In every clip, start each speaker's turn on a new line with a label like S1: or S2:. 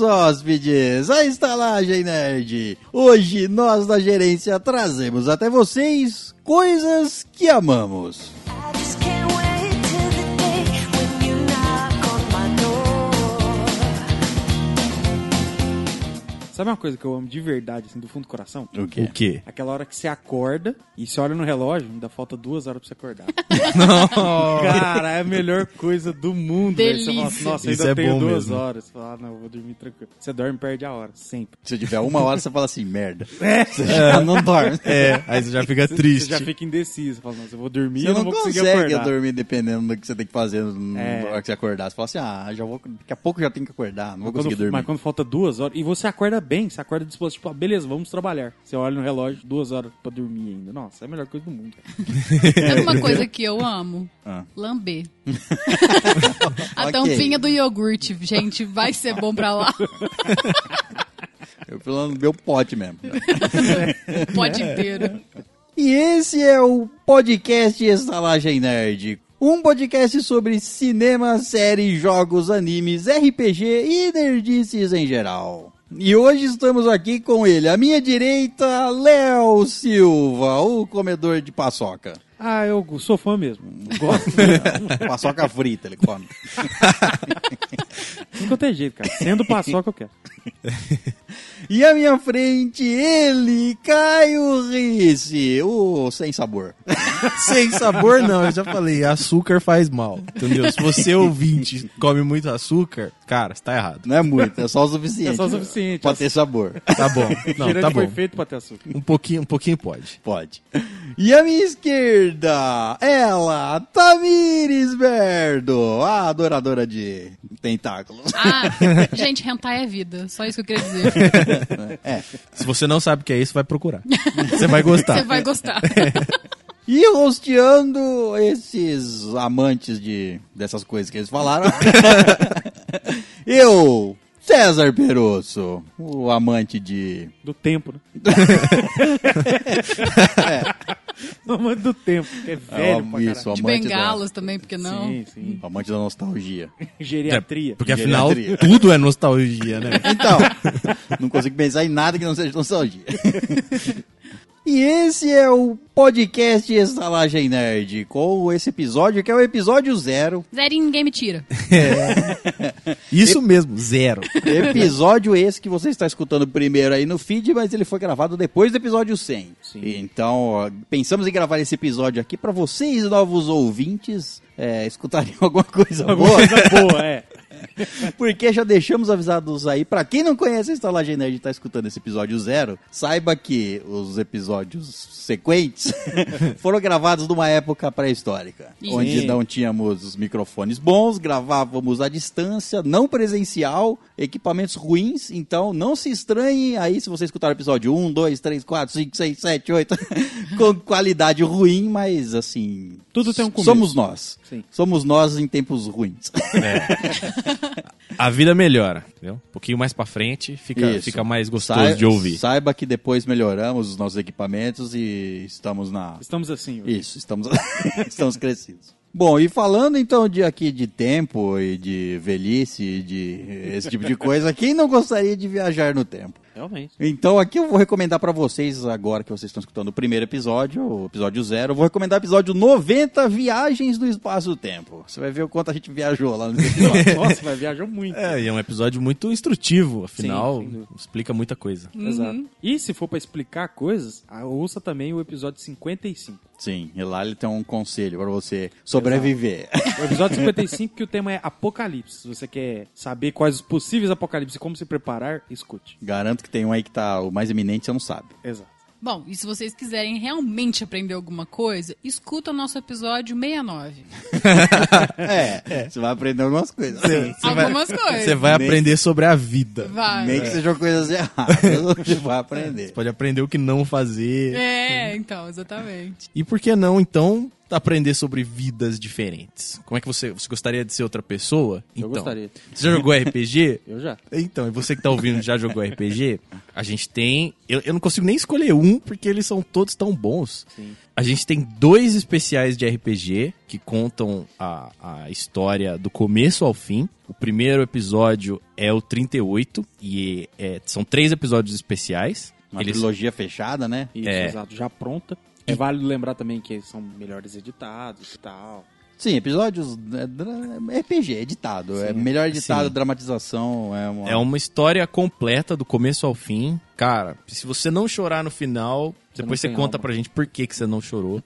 S1: hóspedes, a Estalagem Nerd. Hoje nós da gerência trazemos até vocês coisas que amamos.
S2: I just can't wait till the day when you knock on my door.
S3: Sabe uma coisa que eu amo de verdade, assim, do fundo do coração?
S1: O quê?
S4: quê?
S3: Aquela hora que você acorda e você olha no relógio, ainda falta duas horas pra você acordar. Cara, é a melhor coisa do mundo. velho. Você fala, assim,
S5: Delícia.
S3: Nossa,
S4: Isso
S3: ainda
S4: é
S3: tenho
S4: bom
S3: duas
S4: mesmo.
S3: horas. Você fala, ah, não, eu vou dormir tranquilo. Você dorme e perde a hora, sempre.
S1: Se tiver uma hora, você fala assim, merda.
S3: É.
S1: Você já não dorme.
S4: É, aí você já fica
S3: Você-
S4: triste.
S3: Você já fica indeciso. Você fala, nossa, eu vou dormir e
S1: Você
S3: eu não
S1: não
S3: vou conseguir
S1: consegue
S3: acordar.
S1: dormir dependendo do que você tem que fazer na
S3: É.
S1: hora que você acordar. Você fala assim, ah, já vou, daqui a pouco já tenho que acordar, não vou
S3: Quando-
S1: conseguir dormir.
S3: mas quando falta duas horas, e você acorda bem, você acorda disposto, tipo, ah, beleza, vamos trabalhar. Você olha no relógio, duas horas pra dormir ainda. Nossa, é a melhor coisa do mundo. cara.
S4: É.
S5: Sabe uma coisa que eu amo?
S1: Ah.
S5: Lamber. A
S1: Ok.
S5: tampinha do iogurte, gente, vai ser bom pra lá.
S1: Eu falando meu pote mesmo.
S5: O pote inteiro.
S1: E esse é o podcast Estalagem Nerd. Um podcast sobre cinema, séries, jogos, animes, RPG e nerdices em geral. E hoje estamos aqui com ele, à minha direita, Léo Silva, o comedor de paçoca.
S3: Ah, eu sou fã mesmo. Gosto.
S1: paçoca frita, ele come.
S3: Nunca tem jeito, cara. Sendo paçoca, eu quero.
S1: E à minha frente, ele, Caio Risse, o sem sabor.
S4: Sem sabor, não, eu já falei, açúcar faz mal, entendeu? Se você ouvinte come muito açúcar, cara, você tá errado.
S1: Não é muito, é só o suficiente.
S3: É só o suficiente.
S1: Pra ter sabor.
S4: Tá bom. Não,
S3: Tirante
S4: tá
S3: foi
S4: bom.
S3: feito pra ter açúcar.
S4: Um pouquinho, um pouquinho pode.
S1: Pode. E à minha esquerda, ela, Tamires Berdo, a adoradora de tentáculos.
S5: Ah, gente, hentai é vida. Só isso que eu queria dizer.
S4: Se você não sabe o que é isso, vai procurar. Você vai gostar.
S5: Você vai gostar.
S1: E rosteando esses amantes de dessas coisas que eles falaram. Eu, César Perosso, o amante de.
S3: Do tempo, né? É. Não, mas do tempo, que é velho
S1: Ah,
S3: pra caralho.
S1: isso,
S5: De
S1: amante da,
S5: bengalas também, porque não.
S3: Sim, sim.
S1: amante da nostalgia.
S3: Geriatria.
S4: É, porque afinal,
S1: Geriatria.
S4: tudo é nostalgia, né?
S1: Então, não consigo pensar em nada que não seja nostalgia. E esse é o podcast Estalagem Nerd, com esse episódio que é o episódio zero,
S5: Zerinho, ninguém me tira.
S4: Isso mesmo, zero.
S1: episódio esse que você está escutando primeiro aí no feed, mas ele foi gravado depois do episódio 100.
S3: Sim.
S1: E Então, ó, pensamos em gravar esse episódio aqui para vocês, novos ouvintes, é, escutarem alguma
S4: é
S1: coisa
S3: Alguma
S1: boa.
S3: coisa boa, é.
S1: Porque já deixamos avisados aí, pra quem não conhece a Estalagem Nerd e tá escutando esse episódio zero, saiba que os episódios sequentes foram gravados numa época pré-histórica,
S5: Ih.
S1: onde
S3: Sim.
S1: não tínhamos os microfones bons, gravávamos à distância, não presencial, equipamentos ruins, então não se estranhe aí se você escutar o episódio 1, 2, 3, 4, 5, 6, 7, 8, com qualidade ruim, mas assim...
S3: Tudo tem um começo.
S1: Somos nós.
S3: Sim.
S1: Somos nós em tempos ruins.
S4: A vida melhora, entendeu? Um pouquinho mais pra frente, fica,
S1: Isso.
S4: fica mais gostoso
S1: Sai-
S4: de ouvir.
S1: Saiba que depois melhoramos os nossos equipamentos e estamos na.
S3: Estamos assim. hoje.
S1: Isso, estamos, estamos crescidos. Bom, e falando então de aqui de tempo e de velhice e de esse tipo de coisa, quem não gostaria de viajar no tempo?
S3: Realmente.
S1: Então aqui eu vou recomendar pra vocês, agora que vocês estão escutando o primeiro episódio, o episódio zero, eu vou recomendar o episódio 90, Viagens do Espaço-Tempo. Você vai ver o quanto a gente viajou lá no episódio.
S3: Nossa, vai viajar muito.
S4: É, e é um episódio muito instrutivo, afinal,
S3: Sim, sem dúvida.
S4: explica muita coisa.
S3: Exato. E se for pra explicar coisas, ah, ouça também o episódio 55.
S1: Sim, e lá ele tem um conselho pra você sobreviver.
S3: O episódio 55 que o tema é apocalipse. Se você quer saber quais os possíveis apocalipse e como se preparar, escute.
S1: Garanto que tem um aí que tá o mais eminente, você não sabe.
S3: Exato.
S5: Bom, e se vocês quiserem realmente aprender alguma coisa, escuta o nosso episódio 69.
S1: É, você vai aprender algumas coisas.
S5: Algumas coisas.
S4: Você vai
S1: Nem-
S4: aprender sobre a vida.
S5: Vai.
S1: Nem que sejam coisas erradas, você vai aprender.
S4: Pode aprender o que não fazer.
S5: É, então, exatamente.
S4: E por que não, então, aprender sobre vidas diferentes. Como é que você, você gostaria de ser outra pessoa? então?
S3: Eu gostaria.
S4: Você já jogou RPG?
S3: Eu já.
S4: Então, e você que tá ouvindo já jogou RPG? A gente tem. Eu, eu não consigo nem escolher um, porque eles são todos tão bons.
S3: Sim.
S4: A gente tem dois especiais de RPG que contam a, a história do começo ao fim. O primeiro episódio é o 38, e é- são três episódios especiais.
S1: Uma
S4: Eles-
S1: trilogia fechada, né?
S3: Isso,
S4: É.
S3: exato. Já pronta. É válido lembrar também que eles são melhores editados e tal.
S1: Sim, episódios é, dra- RPG, editado. é melhor editado,
S4: Sim.
S1: dramatização. É uma...
S4: É uma história completa do começo ao fim. Cara, se você não chorar no final, depois
S3: não
S4: você
S3: tem
S4: conta
S3: alma.
S4: pra gente por que, que você não chorou.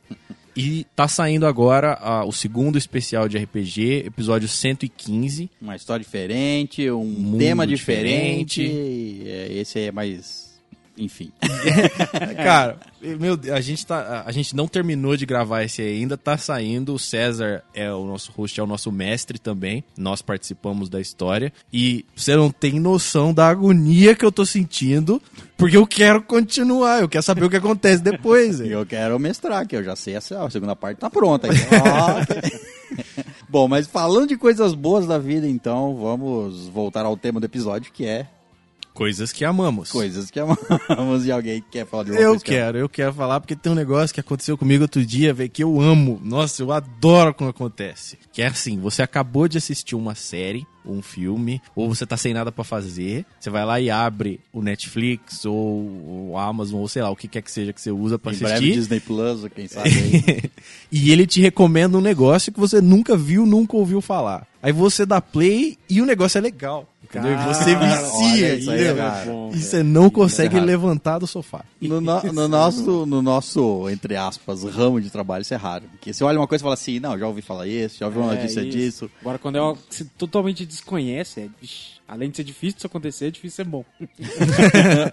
S4: e tá saindo agora ah, o segundo especial de RPG, episódio 115.
S1: uma história diferente, um
S4: Mundo
S1: tema
S4: diferente.
S1: diferente. e, é, esse aí é mais. Enfim.
S4: Cara, meu Deus, a gente, tá, a gente não terminou de gravar esse aí ainda, tá saindo. O César é o nosso host, é o nosso mestre também. Nós participamos da história. E você não tem noção da agonia que eu tô sentindo, porque eu quero continuar, eu quero saber o que acontece depois.
S1: E
S4: velho.
S1: eu quero mestrar, que eu já sei essa. A segunda parte tá pronta. Ó, ok. Bom, mas falando de coisas boas da vida, então, vamos voltar ao tema do episódio, que é
S4: Coisas que amamos.
S1: coisas que amamos. E alguém quer falar de uma
S4: Eu
S1: coisa que
S4: quero, eu quero falar porque tem um negócio que aconteceu comigo outro dia, velho, que eu amo. Nossa, eu adoro quando acontece. Que é assim, você acabou de assistir uma série, um filme, ou você tá sem nada pra fazer, você vai lá e abre o Netflix ou o Amazon ou sei lá, o que quer que seja que você usa pra
S1: Em
S4: assistir.
S1: breve Disney Plus, ou quem sabe. aí.
S4: e ele te recomenda um negócio que você nunca viu, nunca ouviu falar. Aí você dá play e o negócio é legal. Entendeu? E você
S1: Cara,
S4: vicia,
S3: é
S1: olha é isso é aí,
S4: entendeu?
S1: cara.
S4: E você não consegue levantar do sofá.
S1: No, no- no nosso, no nosso, entre aspas, ramo de trabalho, isso é raro. Porque você olha uma coisa e fala assim, não, já ouvi falar isso, já ouvi
S4: É
S1: uma notícia disso.
S3: Agora, quando é algo que você totalmente desconhece, é, vixi, além de ser difícil isso acontecer, é difícil ser bom.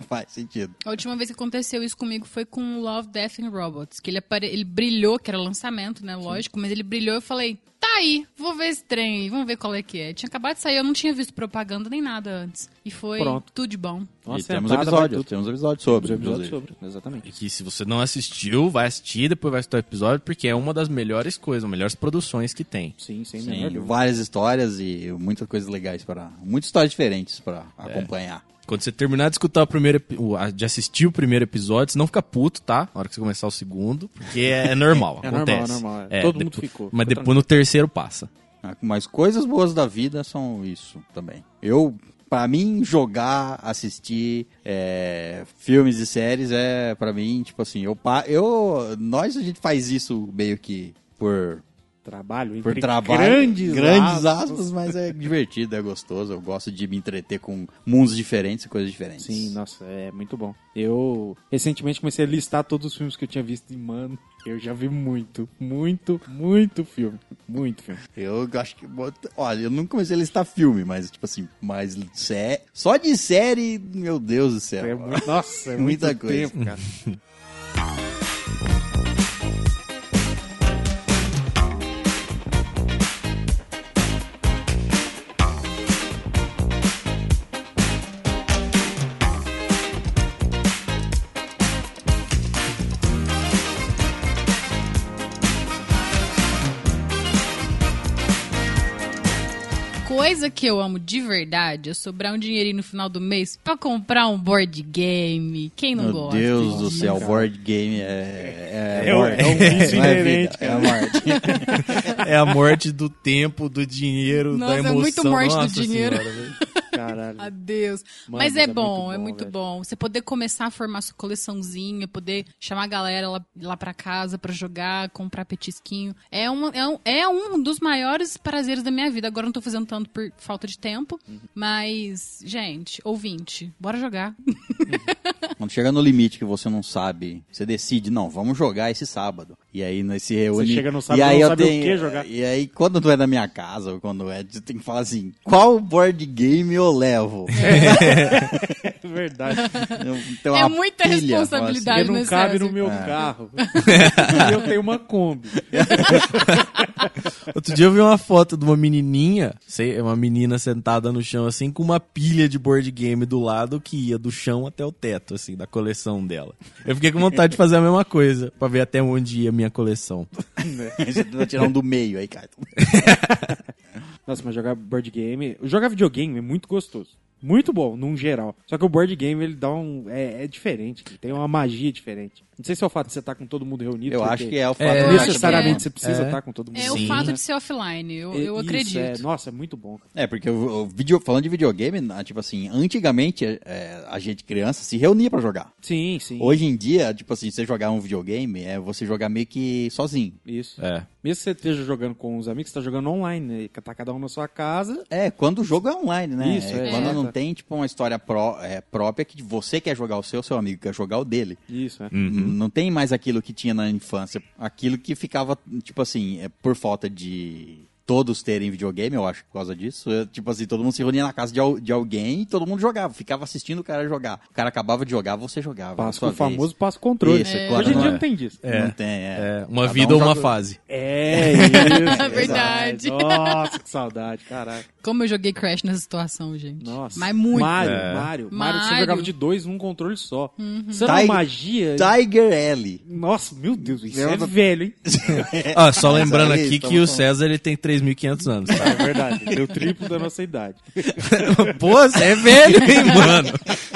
S1: Faz sentido.
S5: A última vez que aconteceu isso comigo foi com Love, Death and Robots, que ele, apare... ele brilhou, que era lançamento, né, lógico, mas ele brilhou e eu falei, tá aí, vou ver esse trem aí, vamos ver qual é que é. Tinha acabado de sair, eu não tinha visto propaganda nem nada antes. E foi
S3: Pronto.
S5: tudo de bom.
S1: e
S3: é
S1: temos
S4: é
S1: um episódio, temos episódio sobre.
S4: um
S3: Temos episódio
S1: inclusive.
S3: sobre, exatamente.
S4: E que se você não assistiu, vai assistir, depois vai assistir o episódio, porque é uma das melhores coisas, melhores produções que tem.
S3: Sim, sem menor
S1: Sim,
S3: dúvida.
S1: né? várias histórias e muitas coisas legais para, muitas histórias diferentes para acompanhar.
S4: Quando você terminar de escutar o primeiro, epi- o- a- de assistir o primeiro episódio, você não fica puto, tá? Na hora que você começar o segundo, porque é, é normal,
S3: É normal,
S4: acontece.
S3: é normal, é. Todo mundo
S4: depo-
S3: ficou,
S4: Mas
S3: ficou
S4: depois no terceiro passa.
S1: Ah, Mas coisas boas da vida são isso também. Eu, para mim, jogar, assistir é, filmes e séries é para mim tipo assim, eu, pa- eu, nós a gente faz isso meio que por
S3: Trabalho,
S1: por
S3: entre
S1: trabalho.
S3: Grandes,
S1: grandes aspas. mas é divertido, é gostoso. Eu gosto de me entreter com mundos diferentes e coisas diferentes.
S3: Sim, nossa, é muito bom. Eu recentemente comecei a listar todos os filmes que eu tinha visto e, mano, eu já vi muito, muito, muito filme. Muito filme.
S1: Eu acho que. bota- Olha, eu não comecei a listar filme, mas, tipo assim, mas sé... só de série, meu Deus do céu.
S3: É muito- nossa, é
S1: Muita
S3: muito
S1: coisa.
S3: tempo, cara.
S5: Coisa que eu amo de verdade é sobrar um dinheirinho no final do mês pra comprar um board game. Quem não
S1: Meu
S5: gosta?
S1: Deus do
S5: disso?
S1: céu, board game é. É,
S3: É um- é um vício
S1: não é
S3: inerente,
S1: vida, é morte.
S4: É a morte do tempo, do dinheiro,
S5: Nossa,
S4: da
S5: é
S4: emoção.
S5: muito morte do
S4: Nossa
S5: dinheiro.
S4: Senhora, velho.
S3: Caralho.
S5: Adeus.
S3: Mano,
S5: Mas é,
S3: é
S5: bom,
S3: muito
S5: é
S3: bom,
S5: muito
S3: velho.
S5: bom. Você poder começar a formar sua coleçãozinha, poder chamar a galera lá, lá pra casa pra jogar, comprar petisquinho. É, uma, é, um, é um dos maiores prazeres da minha vida. Agora eu não tô fazendo tanto por falta de tempo.
S3: Uhum.
S5: Mas, gente, ouvinte, bora jogar.
S1: Quando chega no limite que você não sabe, você decide, não, vamos jogar esse sábado. E aí nós se reúne.
S3: chega no sábado,
S1: e aí
S3: não
S1: eu
S3: sabe o
S1: tenho-
S3: que jogar.
S1: E aí, quando tu é na minha casa, ou quando é, tu tem que falar assim: qual board game eu levo?
S3: É verdade.
S1: Então,
S5: É
S1: uma
S5: muita
S1: pilha, fala
S5: responsabilidade.
S3: Porque não
S5: mas
S1: É.
S3: cabe
S5: César.
S3: no meu carro. E eu tenho uma Kombi.
S4: Outro dia eu vi uma foto de uma menininha, sei, uma menina sentada no chão assim, com uma pilha de board game do lado que ia do chão até o teto, assim, da coleção dela. Eu fiquei com vontade de fazer a mesma coisa, pra ver até onde ia a minha coleção.
S1: Você vai tirar um do meio aí, cara.
S3: Nossa, mas jogar board game. Jogar videogame é muito gostoso. Muito bom, num geral. Só que o board game, ele dá um. É, é diferente. ele Tem uma magia diferente. Não sei se é o fato de você estar com todo mundo reunido.
S1: Eu
S3: porque
S1: acho que é o fato
S4: É,
S1: de-
S3: Necessariamente
S5: É.
S3: você precisa
S4: É.
S3: estar com todo mundo
S5: É o
S4: Sim.
S5: fato de ser offline, eu, eu
S3: Isso,
S5: acredito.
S3: é. Nossa, é muito bom. cara.
S1: É, porque o, o vídeo, falando de videogame, na- tipo assim, antigamente é, a gente criança se reunia pra jogar.
S3: Sim, sim.
S1: Hoje em dia, tipo assim, você jogar um videogame é você jogar meio que sozinho.
S3: Isso.
S4: É.
S3: Mesmo que você esteja jogando com os amigos, você tá jogando online, né? Tá cada um na sua casa.
S1: É, quando o jogo é online, né?
S3: Isso,
S1: é,
S3: é.
S1: Quando
S3: É.
S1: não tem, tipo, uma história pró- é, própria que você quer jogar o seu, seu amigo quer jogar o dele.
S3: Isso, é.
S1: Não tem mais aquilo que tinha na infância. Aquilo que ficava, tipo assim, é, por falta de todos terem videogame, eu acho, por causa disso. é, tipo assim, todo mundo se reunia na casa de, al- de alguém e todo mundo jogava. Ficava assistindo o cara jogar. O cara acabava de jogar, você jogava. na
S3: Passa
S1: sua
S3: o
S1: vez.
S3: famoso passo controle.
S1: Isso,
S5: É.
S1: claro,
S3: Hoje em
S1: não
S3: dia
S1: é.
S3: não tem disso.
S1: Não tem, é.
S4: É, uma
S1: Cada
S4: vida
S1: um
S4: ou uma
S1: joga-
S4: fase.
S3: É, isso.
S5: Verdade.
S3: Nossa, que saudade, caraca.
S5: Como eu joguei Crash nessa situação, gente.
S3: Nossa.
S5: Mas muito.
S3: Mario,
S4: É.
S3: Mario. Mario que você
S5: Mario.
S3: jogava de dois num controle só.
S5: Uhum.
S3: Isso
S1: Ti-
S3: era uma magia.
S1: Tiger L.
S3: Nossa, meu Deus, isso é
S1: Lembra-
S3: velho, hein?
S4: Ah, só lembrando
S1: Mas aí,
S4: aqui
S1: estamos
S4: que o
S1: falando.
S4: César ele tem 3.500 anos, tá?
S3: É verdade, deu triplo da nossa idade.
S4: Pô, você é velho, hein, mano?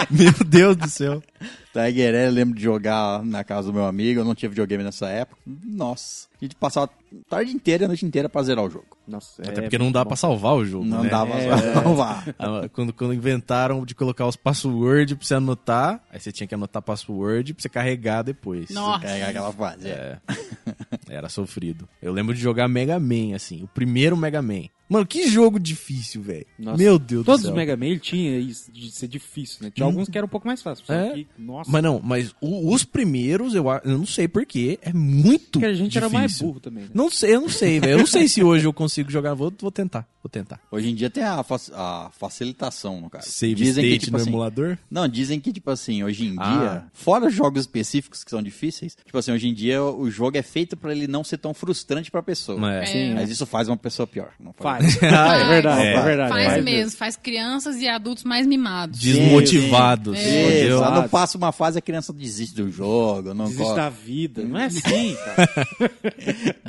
S4: Meu Deus do céu.
S1: Tiger L, eu lembro de jogar na casa do meu amigo, eu não tinha videogame nessa época. Nossa, a gente passava a tarde inteira, a noite inteira pra zerar o jogo.
S3: Nossa,
S4: Até
S3: é
S4: porque não dá pra salvar o jogo,
S1: Não
S4: né?
S1: dava
S3: É.
S1: só. Não vá.
S4: Ah, Quando, quando inventaram de colocar os password pra você anotar, aí você tinha que anotar password pra você carregar depois.
S5: Nossa.
S1: É aquela fase. É.
S4: É. Era sofrido. Eu lembro de jogar Mega Man, assim, o primeiro Mega Man. Mano, que jogo difícil, velho.
S3: Nossa.
S4: Meu Deus
S3: Todos
S4: do
S3: os
S4: céu. Hum.
S3: Mega Man ele tinha isso de ser difícil, né? Tinha alguns que era um pouco mais fácil. Só
S4: É.
S3: que, nossa,
S4: Mas não, mas o- os primeiros, eu, a- eu não sei porquê, é muito
S3: porque a gente era mais
S4: difícil.
S3: burro também. Né?
S4: Não sei, eu não sei, velho. Eu não sei se hoje eu consigo jogar. Vou, vou tentar, vou tentar.
S1: Hoje em dia tem a, fac- a facilitação, no caso.
S4: Save
S1: dizem
S4: state
S1: que, tipo
S4: no
S1: assim,
S4: emulador?
S1: Não, dizem que, tipo assim, hoje em
S4: Ah.
S1: dia, fora jogos específicos que são difíceis, tipo assim, hoje em dia o jogo é feito pra ele não ser tão frustrante pra pessoa.
S4: É.
S5: Sim,
S1: Mas isso faz uma pessoa pior. Não faz.
S3: Faz.
S4: Ah,
S3: é verdade,
S1: É.
S3: é, verdade.
S5: Faz mesmo, faz crianças e adultos mais mimados.
S4: Desmotivados.
S1: Isso,
S4: entendeu?
S1: ela não
S3: Faz.
S1: passa uma fase, a criança desiste do jogo, não
S3: Desiste
S1: gosta,
S3: da vida. Não é assim, cara.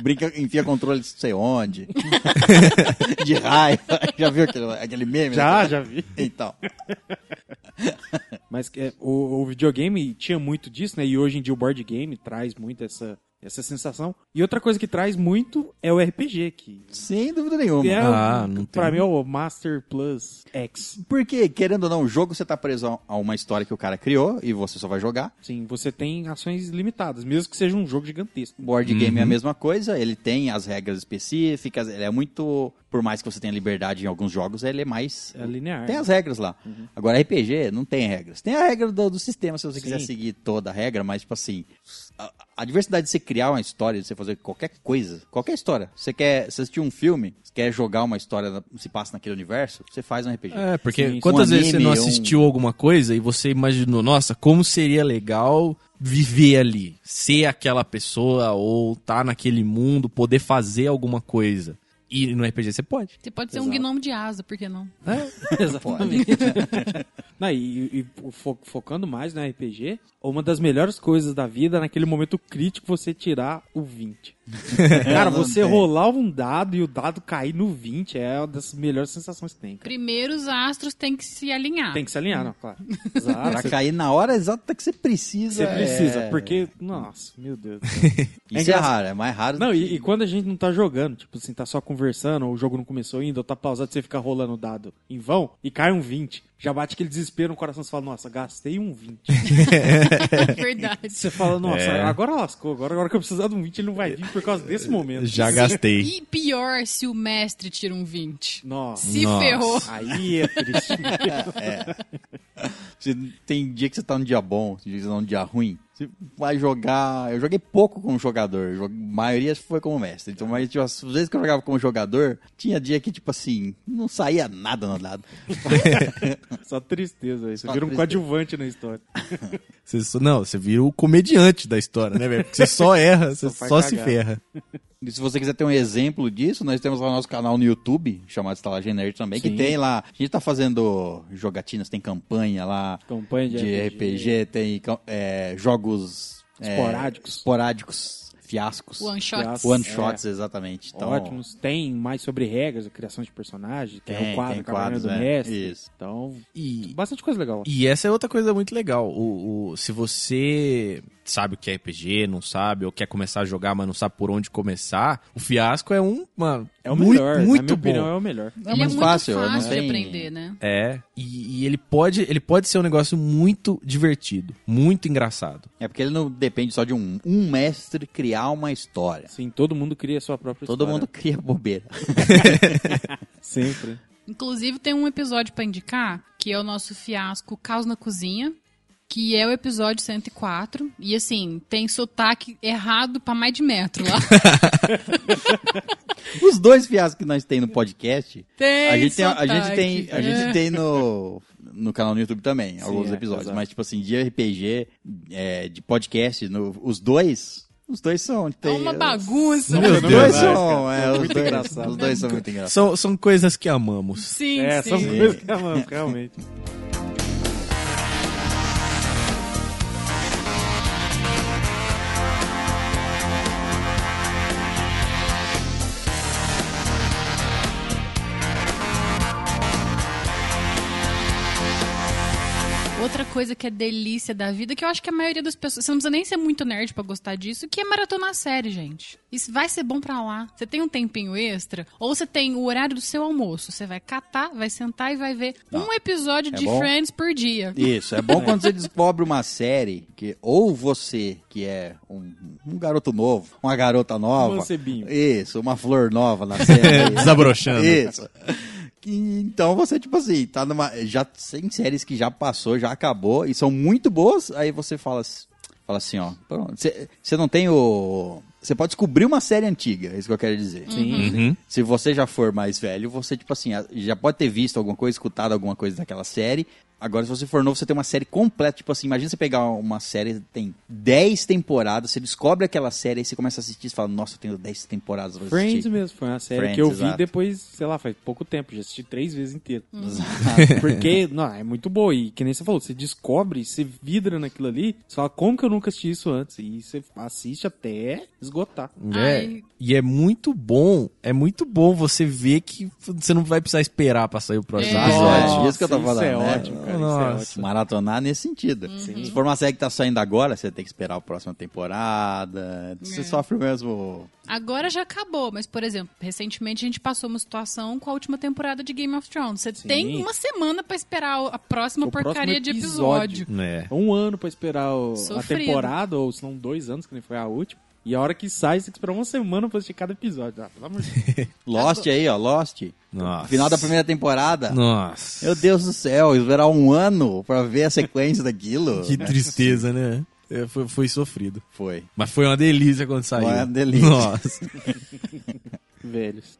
S1: brinca, enfia controle não sei onde, de raiva, já viu aquele, aquele meme?
S3: já,
S1: né?
S3: já vi.
S1: Então,
S3: Mas é, o, o videogame tinha muito disso, né? E hoje em dia o board game traz muito essa, essa sensação. E outra coisa que traz muito é o RPG, que
S1: sem dúvida nenhuma.
S3: é
S4: Ah,
S3: o,
S4: não
S3: pra
S4: tem.
S3: mim é o Master Plus X.
S1: Porque, querendo ou não, o jogo você tá preso a- a uma história que o cara criou e você só vai jogar.
S3: Sim, você tem ações limitadas, mesmo que seja um jogo gigantesco.
S1: Board game
S3: Uhum.
S1: é a mesma coisa, ele tem as regras específicas, ele é muito. Por mais que você tenha liberdade em alguns jogos, ele é mais.
S3: É linear. Uhum.
S1: Tem as regras lá. Agora, RPG não tem regras. Tem a regra do, do sistema, se você
S3: Sim.
S1: quiser seguir toda a regra, mas, tipo assim, a, a diversidade de você criar uma história, de você fazer qualquer coisa, qualquer história. Você quer você assistir um filme, você quer jogar uma história, na- se passa naquele universo, você faz um RPG.
S4: É, porque
S3: Sim, um
S4: quantas vezes você
S1: anime,
S4: não
S1: um-
S4: assistiu alguma coisa e você imaginou, nossa, como seria legal viver ali, ser aquela pessoa ou tá naquele mundo, poder fazer alguma coisa. E no RPG você pode.
S5: Você pode ser um
S3: Exato.
S5: gnomo de asa, por que não?
S3: Exatamente. Não, e e fo- focando mais no RPG, uma das melhores coisas da vida é naquele momento crítico você tirar o 20. Cara,
S1: Não
S3: você
S1: tem.
S3: rolar um dado e o dado cair no 20 é uma das melhores sensações que tem. cara.
S5: Primeiro os astros têm que se alinhar.
S3: Tem que se alinhar, não, claro.
S1: Pra
S3: Exato. Você,
S1: cair na hora exata que você precisa.
S3: você precisa,
S1: é-
S3: porque. Nossa, meu Deus. do céu.
S1: Isso é,
S3: engraçado.
S1: raro, é mais raro.
S3: Não,
S1: do
S3: e,
S1: que-
S3: e quando a gente não tá jogando, tipo assim, tá só conversando, ou o jogo não começou ainda, ou tá pausado, você fica rolando o dado em vão e cai um 20. Já bate aquele desespero no coração, você fala, nossa, gastei um 20.
S5: É Verdade.
S3: Você fala, nossa, agora lascou, agora, agora que eu precisar de um 20, ele não vai vir por causa desse momento.
S4: Já gastei.
S5: E pior se o mestre tira um 20.
S3: Nossa.
S5: Se
S4: Nossa.
S5: ferrou.
S3: Aí é triste.
S1: Você- tem dia que você tá num dia bom, tem dia que você tá num dia ruim. Você vai jogar. Eu joguei pouco como jogador, jo- a maioria foi como mestre. Então, mas tipo, as vezes que eu jogava como jogador, tinha dia que, tipo assim, não saía nada no dado.
S3: Só tristeza. aí. Você
S1: Só
S3: vira um
S1: tristeza.
S3: coadjuvante na história.
S4: Você só- não, você vira o comediante da história, né, velho? Porque você só erra, você
S3: Só faz
S4: só se
S3: cagada.
S4: ferra.
S1: E se você quiser ter um exemplo disso, nós temos lá o nosso canal no YouTube, chamado Estalagem Nerd também, que tem lá. A gente tá fazendo jogatinas, tem campanha lá
S3: Campanha de
S1: de
S3: RPG.
S1: RPG, tem cam- é, jogos é,
S3: Esporádicos. é.
S1: esporádicos, fiascos.
S5: One shots.
S1: One shots, exatamente. Então,
S3: Ótimos. Tem mais sobre regras, a criação de personagem, tem,
S1: Tem,
S3: o quadro,
S1: tem
S3: a Caverna
S1: quadros,
S3: do
S1: é.
S3: Mestre.
S1: Isso.
S3: Então,
S4: E,
S3: bastante coisa legal.
S4: E essa é outra coisa muito legal. O, o- se você sabe o que é RPG, não sabe, ou quer começar a jogar, mas não sabe por onde começar, o fiasco é um, mano,
S3: É o
S4: muito,
S3: melhor, na
S4: muito
S3: minha
S4: bom.
S3: opinião, é o melhor.
S1: É
S5: Ele é
S1: muito fácil, não
S5: de
S1: tem-
S5: aprender, né?
S4: É, e, e ele pode, ele pode ser um negócio muito divertido, muito engraçado.
S1: É porque ele não depende só de um, um mestre criar uma história.
S3: Sim, todo mundo cria a sua própria
S1: Todo
S3: história.
S1: mundo cria bobeira.
S3: Sempre.
S5: Inclusive, tem um episódio pra indicar, que é o nosso fiasco Caos na Cozinha, que é o episódio 104. E assim, tem sotaque errado pra mais de metro lá.
S1: Os dois fiascos que nós tem no podcast,
S5: Tem
S1: a gente tem, a gente
S5: sotaque.
S1: tem, a gente
S5: É.
S1: tem no, no canal no YouTube também, alguns
S3: é,
S1: episódios.
S3: exato.
S1: Mas, tipo assim, de RPG, é, de podcast, no- os dois, os dois são.
S5: É
S1: Tem,
S5: uma bagunça.
S4: Meu
S1: Os dois
S4: Deus.
S3: Demais,
S1: são,
S3: cara.
S1: é, os
S3: Muito
S1: dois,
S3: engraçado.
S1: os dois são muito engraçados.
S4: São, são coisas que amamos.
S5: Sim,
S3: é,
S5: sim.
S3: são coisas que amamos, realmente.
S5: Outra coisa que é delícia da vida, que eu acho que a maioria das pessoas. Você não precisa nem ser muito nerd pra gostar disso, que é maratonar série, gente. Isso vai ser bom pra lá. Você tem um tempinho extra, ou você tem o horário do seu almoço. Você vai catar, vai sentar e vai ver um episódio
S1: É
S5: de
S1: bom?
S5: Friends por dia.
S1: Isso, é bom quando você descobre uma série que ou você, que é um, um garoto novo, uma garota nova.
S3: Mancebinho.
S1: Isso, uma flor nova na série.
S4: É, Desabrochando.
S1: Isso. Que, então você, tipo assim, tá numa. Já tem séries que já passou, já acabou, e são muito boas, aí você fala, assim- fala assim, ó. pronto, Você você não tem o. Você pode descobrir uma série antiga, é isso que eu quero dizer.
S3: Sim.
S4: Uhum.
S1: Se você já for mais velho, você, tipo assim, a- já pode ter visto alguma coisa, escutado alguma coisa daquela série. Agora, se você for novo, você tem uma série completa. Tipo assim, imagina você pegar uma série, tem 10 temporadas, você descobre aquela série, aí você começa a assistir, você fala, nossa, eu tenho 10 temporadas pra
S3: Friends
S1: assistir.
S3: mesmo, foi uma série
S1: Friends,
S3: que eu vi
S1: exato. Uhum.
S3: depois, sei lá, faz pouco tempo, já assisti três vezes inteiro.
S1: Exato.
S3: Porque, não, é muito boa. E que nem você falou, você descobre, você vidra naquilo ali, você fala, como que eu nunca assisti isso antes? E você assiste até esgotar.
S4: É,
S5: Ai.
S4: e é muito bom, é muito bom você ver que você não vai precisar esperar pra sair o próximo
S5: É.
S4: episódio.
S1: Nossa, isso que eu tô
S3: Isso é
S1: falando, né?
S3: ótimo, cara.
S4: Nossa.
S3: Isso é ótimo.
S1: Maratonar nesse sentido. Se for uma série que tá saindo agora, você tem que esperar a próxima temporada. Você
S5: É.
S1: sofre mesmo.
S5: Agora já acabou, mas, por exemplo, recentemente a gente passou uma situação com a última temporada de Game of Thrones. Você
S3: Sim.
S5: tem uma semana pra esperar a próxima
S3: O próximo
S5: porcaria de
S3: episódio.
S5: episódio.
S4: É.
S3: Um ano pra esperar o- a
S5: Sofrido.
S3: temporada, ou se não dois anos, que nem foi a última. E a hora que sai, você tem que esperar uma semana pra assistir cada episódio. Ah, pelo amor de Deus.
S1: Lost aí, ó, Lost.
S4: Nossa.
S1: Final da primeira temporada.
S4: Nossa.
S1: Meu Deus do céu, esperar um ano pra ver a sequência daquilo. É,
S4: Que tristeza, né? É, Foi, foi sofrido.
S1: Foi.
S4: Mas foi uma delícia quando saiu.
S1: uma delícia.
S4: Nossa.
S3: Velhos.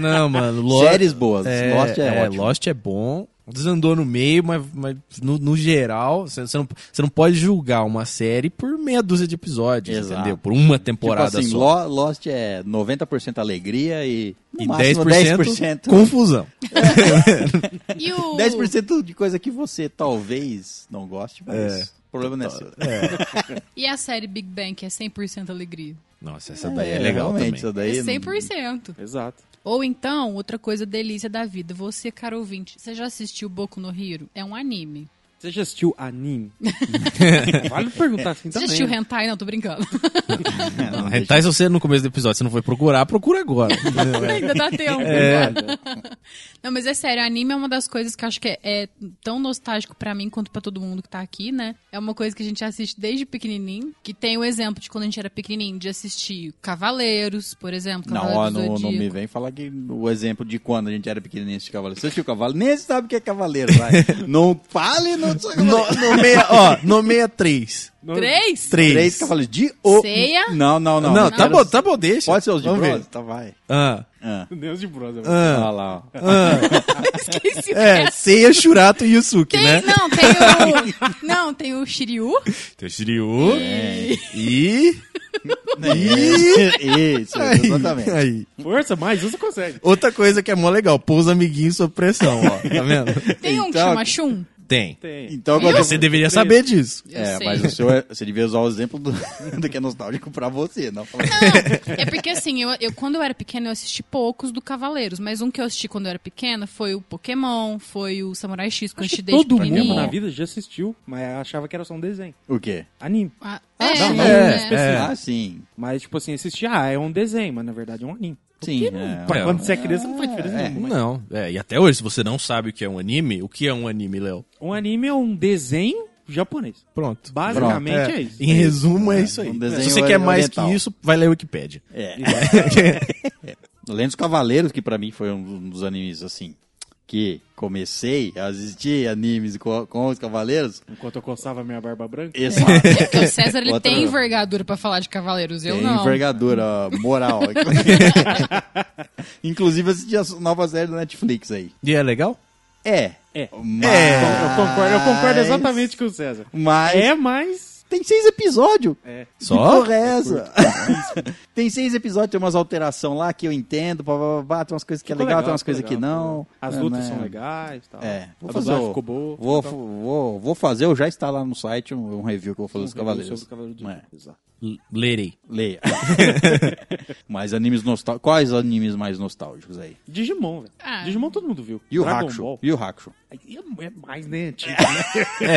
S4: Não, mano. Lost,
S1: Séries boas. Lost é, ótimo.
S4: Lost é bom. Desandou no meio, mas, mas no, no geral, você você não, você não pode julgar uma série por meia dúzia de episódios,
S1: Exato.
S4: entendeu? Por uma
S1: Tipo
S4: temporada
S1: assim,
S4: só.
S1: Lo- Lost é 90% alegria e, no
S4: E
S1: máximo
S4: 10%,
S1: 10%,
S4: confusão.
S5: E o...
S1: 10% de coisa que você talvez não goste, mas o problema não é seu.
S5: E a série Big Bang, que é 100% alegria?
S4: Nossa, essa daí é, legal
S1: realmente,
S4: também.
S1: Isso
S5: É
S1: daí não-
S5: 100%.
S3: Exato.
S5: Ou então, outra coisa delícia da vida. Você, cara ouvinte, você já assistiu Boku no Hiro? É um anime.
S3: Você já assistiu anime? vale perguntar assim
S5: Você já
S3: também.
S5: assistiu Hentai? Não, tô brincando.
S4: Não, tá Hentai, se você no começo do episódio você não foi procurar, procura agora. entendeu?
S5: Ainda dá tempo.
S3: É.
S5: Não, mas é sério, anime é uma das coisas que eu acho que é, é tão nostálgico pra mim quanto pra todo mundo que tá aqui, né? É uma coisa que a gente assiste desde pequenininho, que tem o exemplo de quando a gente era pequenininho, de assistir Cavaleiros, por exemplo,
S1: Não, ó,
S5: Cavaleiros do
S1: não, não me
S5: Zodíaco.
S1: vem falar que o exemplo de quando a gente era pequenininho assistia cavaleiro. Você assistiu cavaleiro? Nem sabe o que é cavaleiro, vai. não fale no seu
S4: No,
S1: cavaleiro.
S4: nomeia, ó, nomeia três.
S3: Não-
S5: Três?
S3: Né?
S4: Três.
S1: Três cavaleiros de o.
S5: Ceia?
S1: Não, não, não.
S4: Não, tá
S1: Quero-
S4: bom, tá bom, deixa.
S1: Pode ser os de
S4: Vamos ver.
S1: bronze? Tá, vai.
S4: Ah,
S1: Ah.
S3: Deus de brother.
S4: ah,
S1: Olha lá, ó.
S5: Esqueci o que
S4: é, Seiya, Shurato e Yusuke,
S5: Tem,
S4: né?
S5: não, tem o. Não, tem o Shiryu.
S1: É.
S3: É.
S4: Tem o Shiryu e...
S1: Né? Isso, exatamente.
S4: Aí.
S3: Força, mais um você consegue.
S4: Outra coisa que é mó legal, pôs amiguinhos sob pressão, ó. Tá vendo?
S5: Tem um que
S1: Então-
S5: chama Chum?
S4: Tem.
S3: Tem.
S1: Então,
S4: E
S1: agora
S4: você deveria saber disso.
S5: Eu
S1: É,
S5: sei.
S1: mas o seu é- você devia usar o exemplo do, do que é nostálgico pra você, não pra
S5: Não, é porque assim, eu, eu- quando eu era pequena, eu assisti poucos do Cavaleiros, mas um que eu assisti quando eu era pequena foi o Pokémon, foi o Samurai X,
S3: Acho
S5: que eu assisti
S3: que
S5: desde
S3: todo mundo
S5: pequenininha.
S3: na vida já assistiu, mas achava que era só um desenho.
S1: O quê?
S3: Anime.
S5: Ah,
S1: Ah,
S5: é,
S1: sim,
S5: né?
S4: é, é.
S1: Ah, sim.
S3: Mas, tipo assim, assistia, ah, é um desenho, mas na verdade é um anime.
S1: Sim, é.
S3: Pra
S4: É.
S3: quando você é criança, não faz diferença
S1: É.
S3: nenhuma.
S4: Não. É, e até hoje, se você não sabe o que é um anime, o que é um anime, Léo?
S3: Um anime é um desenho japonês.
S4: Pronto.
S3: Basicamente
S1: Pronto,
S3: é, isso.
S4: Em resumo, é, isso aí.
S1: um
S4: se
S1: desenho
S4: você quer mais que
S1: oriental.
S4: isso, vai ler a Wikipédia.
S1: Além dos Cavaleiros, que pra mim foi um dos animes, assim, que comecei a assistir animes co- com, os Cavaleiros.
S3: Enquanto eu coçava minha barba branca.
S1: Exato.
S5: É porque o César ele
S1: Outra-
S5: tem envergadura pra falar de Cavaleiros, eu
S1: Tem
S5: não.
S1: é envergadura moral. Inclusive, assisti a nova série da Netflix aí.
S4: E é legal?
S1: É.
S3: É.
S1: Mas...
S3: Eu concordo, eu concordo exatamente com o César.
S1: Mas
S3: É, mas.
S1: tem seis episódios.
S3: É.
S4: Só?
S1: Que porra é essa? tem seis episódios, tem umas alterações lá que eu entendo, pá, pá, pá, pá, tem umas coisas que é
S3: Ficou
S1: legal, tem
S3: legal,
S1: umas coisas
S3: ficou
S1: que
S3: legal,
S1: não.
S3: ficou legal. As
S1: É,
S3: lutas
S1: né?
S3: são legais e tal.
S1: É,
S3: a
S1: vou fazer,
S3: dublagem
S1: o-
S3: ficou boa. Então,
S1: vou,
S3: ficou
S1: vou, vou fazer, eu já está lá no site um, um review que eu vou falar
S3: tal.
S1: dos Cavaleiros.
S3: Sobre o Cavaleiro do
S1: É,
S3: Zodíaco, exato.
S4: L- Lerei.
S1: leia. Mas animes nostálgicos, quais animes mais nostálgicos aí?
S3: Digimon, velho.
S5: Ah.
S3: Digimon todo mundo viu.
S1: Yu
S3: Dragon
S1: Hakusho,
S3: Ball.
S1: Yu Hakusho.
S3: Aí É é mais, né? Tipo, né?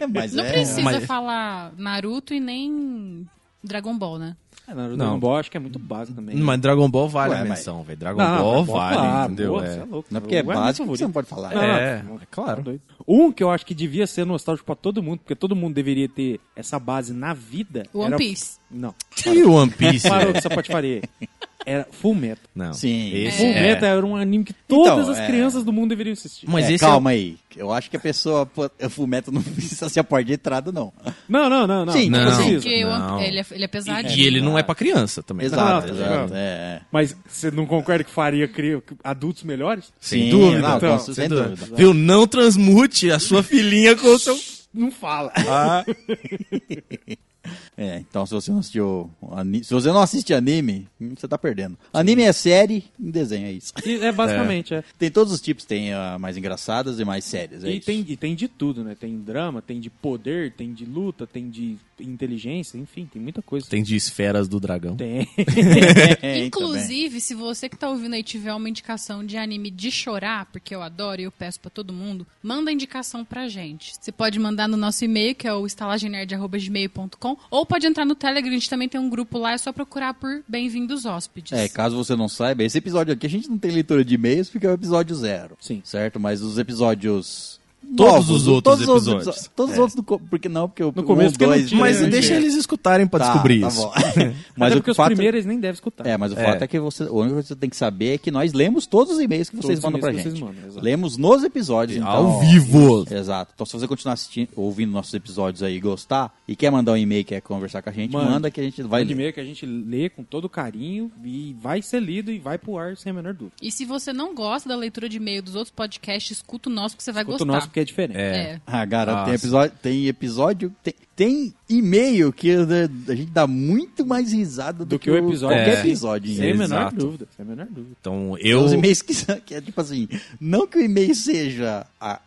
S4: É.
S1: Mas
S5: Não
S1: é,
S5: precisa
S4: mas-
S5: falar Naruto e nem Dragon Ball, né?
S3: É, Naruto,
S4: Não.
S3: Dragon Ball acho que é muito básico também.
S4: Mas Dragon Ball vale
S1: Ué,
S4: a
S1: mas-
S4: menção, velho. Dragon
S3: Não,
S4: Ball
S3: Dragon
S4: vale,
S3: claro,
S4: entendeu?
S3: porra,
S4: é.
S3: você louco.
S1: não é porque é
S3: Dragon Ball
S1: básico,
S3: meu
S1: você não
S3: favorito. Ah,
S1: pode falar.
S3: Não,
S4: É,
S3: não, não,
S4: é claro.
S3: doido. Um que eu acho que devia ser nostálgico pra todo mundo, porque todo mundo deveria ter essa base na vida.
S5: One
S3: era-
S5: Piece.
S3: Não.
S4: E o One Piece?
S3: Parou com
S4: velho?
S3: essa patifaria. Era Full Metal.
S4: Não.
S1: Sim.
S4: Esse
S5: É.
S3: Full
S4: é.
S3: Metal era um anime que todas
S1: Então,
S3: as
S1: é.
S3: crianças do mundo deveriam assistir.
S4: Mas
S1: É,
S4: esse
S1: calma aí, eu acho que a pessoa, pô, eu fumeto não precisa ser a porta de entrada, não.
S3: Não, não, não, não.
S1: Sim,
S3: não,
S4: não.
S3: precisa.
S5: Porque
S4: não.
S5: One- ele, é, ele é
S4: É.
S5: pesadinho.
S4: E ele não é pra criança também.
S1: Exato,
S3: tá
S1: exato.
S3: ligado?
S1: É, é.
S3: Mas você não concorda que faria cri- adultos melhores?
S4: Sem
S1: Sim,
S4: dúvida,
S1: não,
S3: então,
S1: com- sem,
S4: Sem
S1: dúvida.
S4: dúvida. Viu? Não transmute a sua filhinha com o seu.
S3: Não fala.
S1: Ah, É, então se você não assistiu ani- se você não assiste anime, hum, você tá perdendo. Anime é série em desenho, é isso.
S3: E É basicamente, é.
S1: Tem todos os tipos, tem ah, mais engraçadas e mais sérias, é
S3: E
S1: isso.
S3: tem, e tem de tudo, né? Tem drama, tem de poder, tem de luta, tem de inteligência, enfim, tem muita coisa.
S4: Tem de esferas do dragão.
S3: Tem.
S1: É, também.
S5: Inclusive, se você que tá ouvindo aí tiver uma indicação de anime de chorar, porque eu adoro e eu peço pra todo mundo, manda a indicação pra gente. Você pode mandar no nosso e-mail, que é o estalagenerd.gmail.com, ou pode entrar no Telegram, a gente também tem um grupo lá, é só procurar por Bem-vindos Hóspedes.
S1: É, caso você não saiba, esse episódio aqui a gente não tem leitura de e-mails, porque é o episódio zero.
S3: Sim.
S1: Certo? Mas os episódios
S4: Todos os outros
S1: todos
S4: episódios.
S1: episó- todos os outros do co- porque não, porque o
S3: No começo
S1: um,
S3: que não
S1: dois,
S3: tinha,
S4: Mas
S1: três,
S4: deixa
S1: é.
S4: eles escutarem pra
S1: Tá,
S4: descobrir
S1: tá
S4: isso.
S1: bom.
S3: Mas
S1: Mas
S3: Até
S1: o
S3: porque os
S1: fato-
S3: primeiros eles nem devem escutar.
S1: É, mas o
S4: É.
S1: fato é que você, o único que você tem que saber é que nós lemos todos os e-mails que vocês
S3: Todos os
S1: mandam pra
S3: e-mails que
S1: gente.
S3: vocês mandam, exato.
S1: lemos nos episódios, então,
S4: Ao vivo.
S1: Exato. Então, se você continuar assistindo, ouvindo nossos episódios aí e gostar, e quer mandar um e-mail, quer conversar com a gente,
S3: Mande.
S1: manda que a gente vai
S3: Mande
S1: ler.
S3: e-mail que a gente lê com todo carinho e vai ser lido e vai pro ar sem a menor dúvida.
S5: E se você não gosta da leitura de e-mail dos outros podcasts, escuta o nosso, porque você vai
S3: Quanto
S5: gostar.
S3: nosso porque é diferente.
S5: É.
S1: Ah, garoto, tem
S4: Nossa.
S1: episódio, tem episódio, tem, tem e-mail que né, a gente dá muito mais risada do,
S3: Do que o episódio.
S1: qualquer
S4: É.
S1: episódio.
S3: Sem a
S1: hein?
S4: Sim.
S3: menor
S4: Exato.
S3: dúvida. Sem a menor dúvida.
S4: Então
S1: Tem
S4: eu.
S1: uns e-mails que, são- que é tipo assim, não que o e-mail seja a-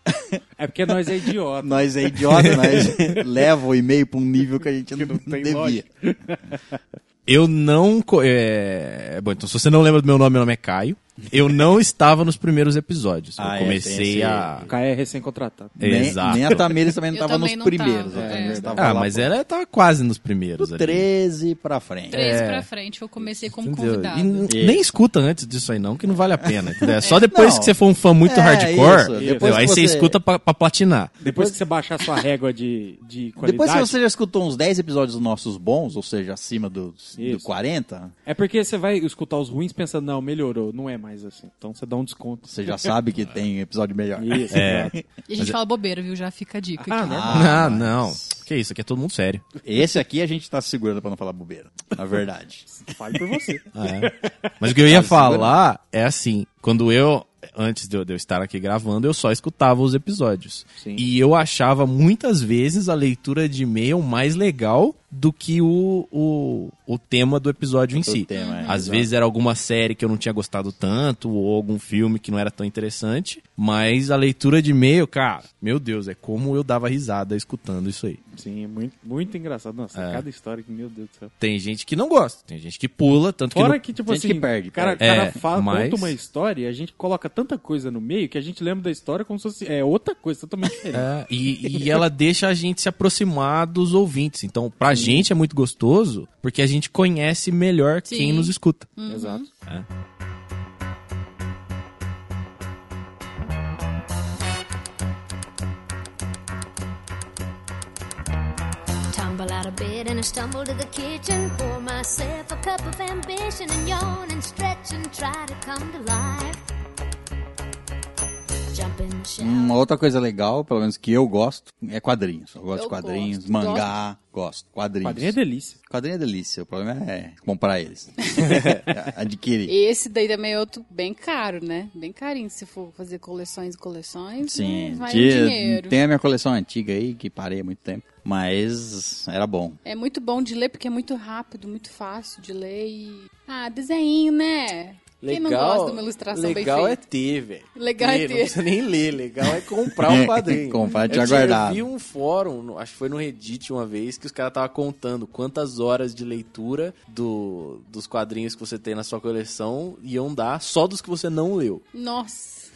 S3: É porque nós é idiota.
S1: nós é idiota, nós leva o e-mail pra um nível que a gente não,
S3: tem
S1: devia.
S3: lógica.
S4: Eu não. co- É... Bom, então se você não lembra do meu nome, meu nome é Caio. Eu não estava nos primeiros episódios. Eu
S1: Ah, é, tem
S4: comecei
S1: esse-
S4: a.
S3: O Caio é recém-contratado.
S1: Nem,
S4: Exato.
S1: nem a Tamires também não
S5: Eu
S1: estava
S5: também
S1: nos
S5: não
S1: primeiros.
S5: tava,
S1: a
S5: é.
S1: Tamires tava
S4: Ah,
S1: lá
S4: mas
S1: pro-
S4: ela tava quase nos primeiros
S1: do
S4: ali.
S1: 13 pra frente.
S5: Três
S4: É.
S5: pra frente, eu comecei como
S4: Entendeu?
S5: convidado.
S4: E n-
S1: Isso.
S4: nem escuta antes disso aí, não, que não vale a pena. entendeu? É só depois
S1: É. Não.
S4: que você for um fã muito
S1: É,
S4: hardcore,
S1: isso.
S4: entendeu?
S1: Depois
S4: aí
S1: que
S4: você
S1: você-
S4: escuta pra, pra platinar.
S3: Depois que você baixar sua régua de, de
S1: Depois
S3: qualidade...
S1: que você já escutou uns 10 episódios nossos bons, ou seja, acima dos do
S3: Isso.
S1: 40,
S3: É porque você vai escutar os ruins pensando, não, melhorou. Não é mais assim. Então você dá um desconto. assim,
S1: você já sabe que tem episódio melhor.
S3: Isso,
S4: É.
S3: exato.
S5: E a gente fala bobeira, viu? Já fica a dica.
S3: Ah,
S5: aqui.
S3: né?
S1: Ah,
S4: ah,
S1: mas-
S4: não. Que isso, aqui é todo mundo sério.
S1: Esse aqui a gente tá segurando pra não falar bobeira, na verdade.
S3: Fale por você.
S4: Ah, é. Mas o que eu ia
S1: Ah, segura.
S4: falar é assim, quando eu, antes de eu, de eu estar aqui gravando, eu só escutava os episódios.
S3: Sim.
S4: E eu achava muitas vezes a leitura de e-mail mais legal
S6: do que o, o, o tema do episódio em
S1: O
S6: si.
S1: tema, é,
S6: Às
S1: exato.
S6: vezes era alguma série que eu não tinha gostado tanto, ou algum filme que não era tão interessante, mas a leitura de e-mail, cara, meu Deus, é como eu dava risada escutando isso aí.
S3: Sim, é muito, muito engraçado. Nossa,
S6: É.
S3: cada história que, meu Deus do céu.
S6: Tem gente que não gosta, tem gente que pula, tanto que.
S3: Fora
S6: não-
S3: que, tipo
S1: gente
S3: assim,
S1: que perde,
S3: o cara,
S6: perde.
S3: o cara
S6: É,
S3: fala,
S6: mas-
S3: conta uma história e a gente coloca tanta coisa no meio que a gente lembra da história como se fosse é, outra coisa, totalmente diferente.
S6: É, e, e ela deixa a gente se aproximar dos ouvintes. Então, pra gente é muito gostoso, porque a gente conhece melhor
S5: Sim.
S6: quem nos escuta.
S1: Uhum.
S3: Exato.
S2: Tumble out of bed and I stumble to the kitchen. Pour myself a cup of ambition and yawn and stretch and try to come to life. Jump in the shower.
S1: Uma outra coisa legal, pelo menos que eu gosto, é quadrinhos. Eu gosto
S5: Eu
S1: de quadrinhos,
S5: gosto,
S1: mangá, gosto, quadrinhos.
S3: Quadrinho é delícia.
S1: Quadrinho é delícia, o problema é comprar eles. É, Adquirir.
S5: Esse daí também é outro bem caro, né? Bem carinho. Se for fazer coleções e coleções,
S1: Sim,
S5: né? vai
S1: tinha-
S5: um dinheiro.
S1: tem a minha coleção antiga aí, que parei há muito tempo, mas era bom.
S5: É muito bom de ler porque é muito rápido, muito fácil de ler e. Ah, desenho, né? Quem não gosta de uma ilustração
S4: legal
S5: bem
S4: é
S5: feita?
S4: ter, velho.
S5: Legal é
S4: Ter,
S5: ter.
S4: Não precisa nem ler, legal é comprar um quadrinho.
S1: Comprar,
S4: Eu
S1: tinha
S4: tinha-
S1: guardado.
S4: Eu vi um fórum, no- acho que foi no Reddit uma vez, que os caras estavam contando quantas horas de leitura do, dos quadrinhos que você tem na sua coleção iam dar só dos que você não leu.
S5: Nossa.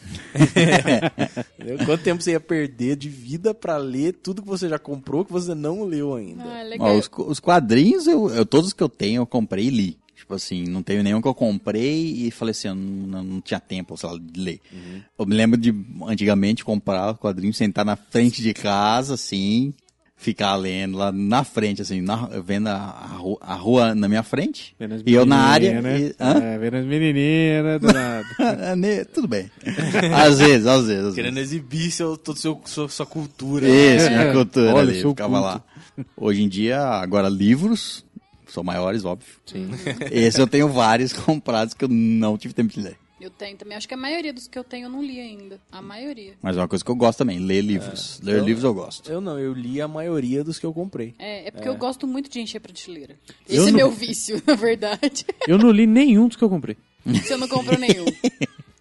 S4: entendeu? Quanto tempo você ia perder de vida pra ler tudo que você já comprou que você não leu ainda.
S5: Ah,
S1: Ó,
S5: legal.
S1: os, os quadrinhos, eu, eu- todos que eu tenho, eu comprei e li. Tipo assim, não tenho nenhum que eu comprei e falei assim, eu não, não tinha tempo, sei lá, de ler.
S3: Uhum.
S1: Eu me lembro de, antigamente, comprar quadrinhos, sentar na frente de casa, assim, ficar lendo lá na frente, assim, na- vendo a, a ru- a rua na minha frente,
S3: Vendo as
S1: e eu na área.
S3: menininhas,
S1: e- hã?
S3: né? É, vendo as menininhas, né, do nada.
S1: Ne- Tudo bem. Às vezes, às vezes. Às
S4: Querendo
S1: vezes.
S4: exibir seu, toda sua, sua, sua cultura.
S1: Isso, minha
S3: É.
S1: cultura
S3: Olha,
S1: ali,
S3: seu
S1: ficava
S3: culto.
S1: lá. Hoje em dia, agora livros, são maiores, óbvio. Sim. Esse eu tenho vários comprados que eu não tive tempo de ler.
S5: Eu tenho também. Acho que a maioria dos que eu tenho eu não li ainda. A maioria.
S1: Mas é uma coisa que eu gosto também, ler livros. ler
S4: eu-
S1: livros eu gosto.
S4: Eu não, eu li a maioria dos que eu comprei.
S5: É, é porque eu gosto muito de encher prateleira.
S3: Eu
S5: Esse é
S3: não-
S5: meu vício, na verdade.
S3: Eu não li nenhum dos que eu comprei.
S5: Você não comprou nenhum.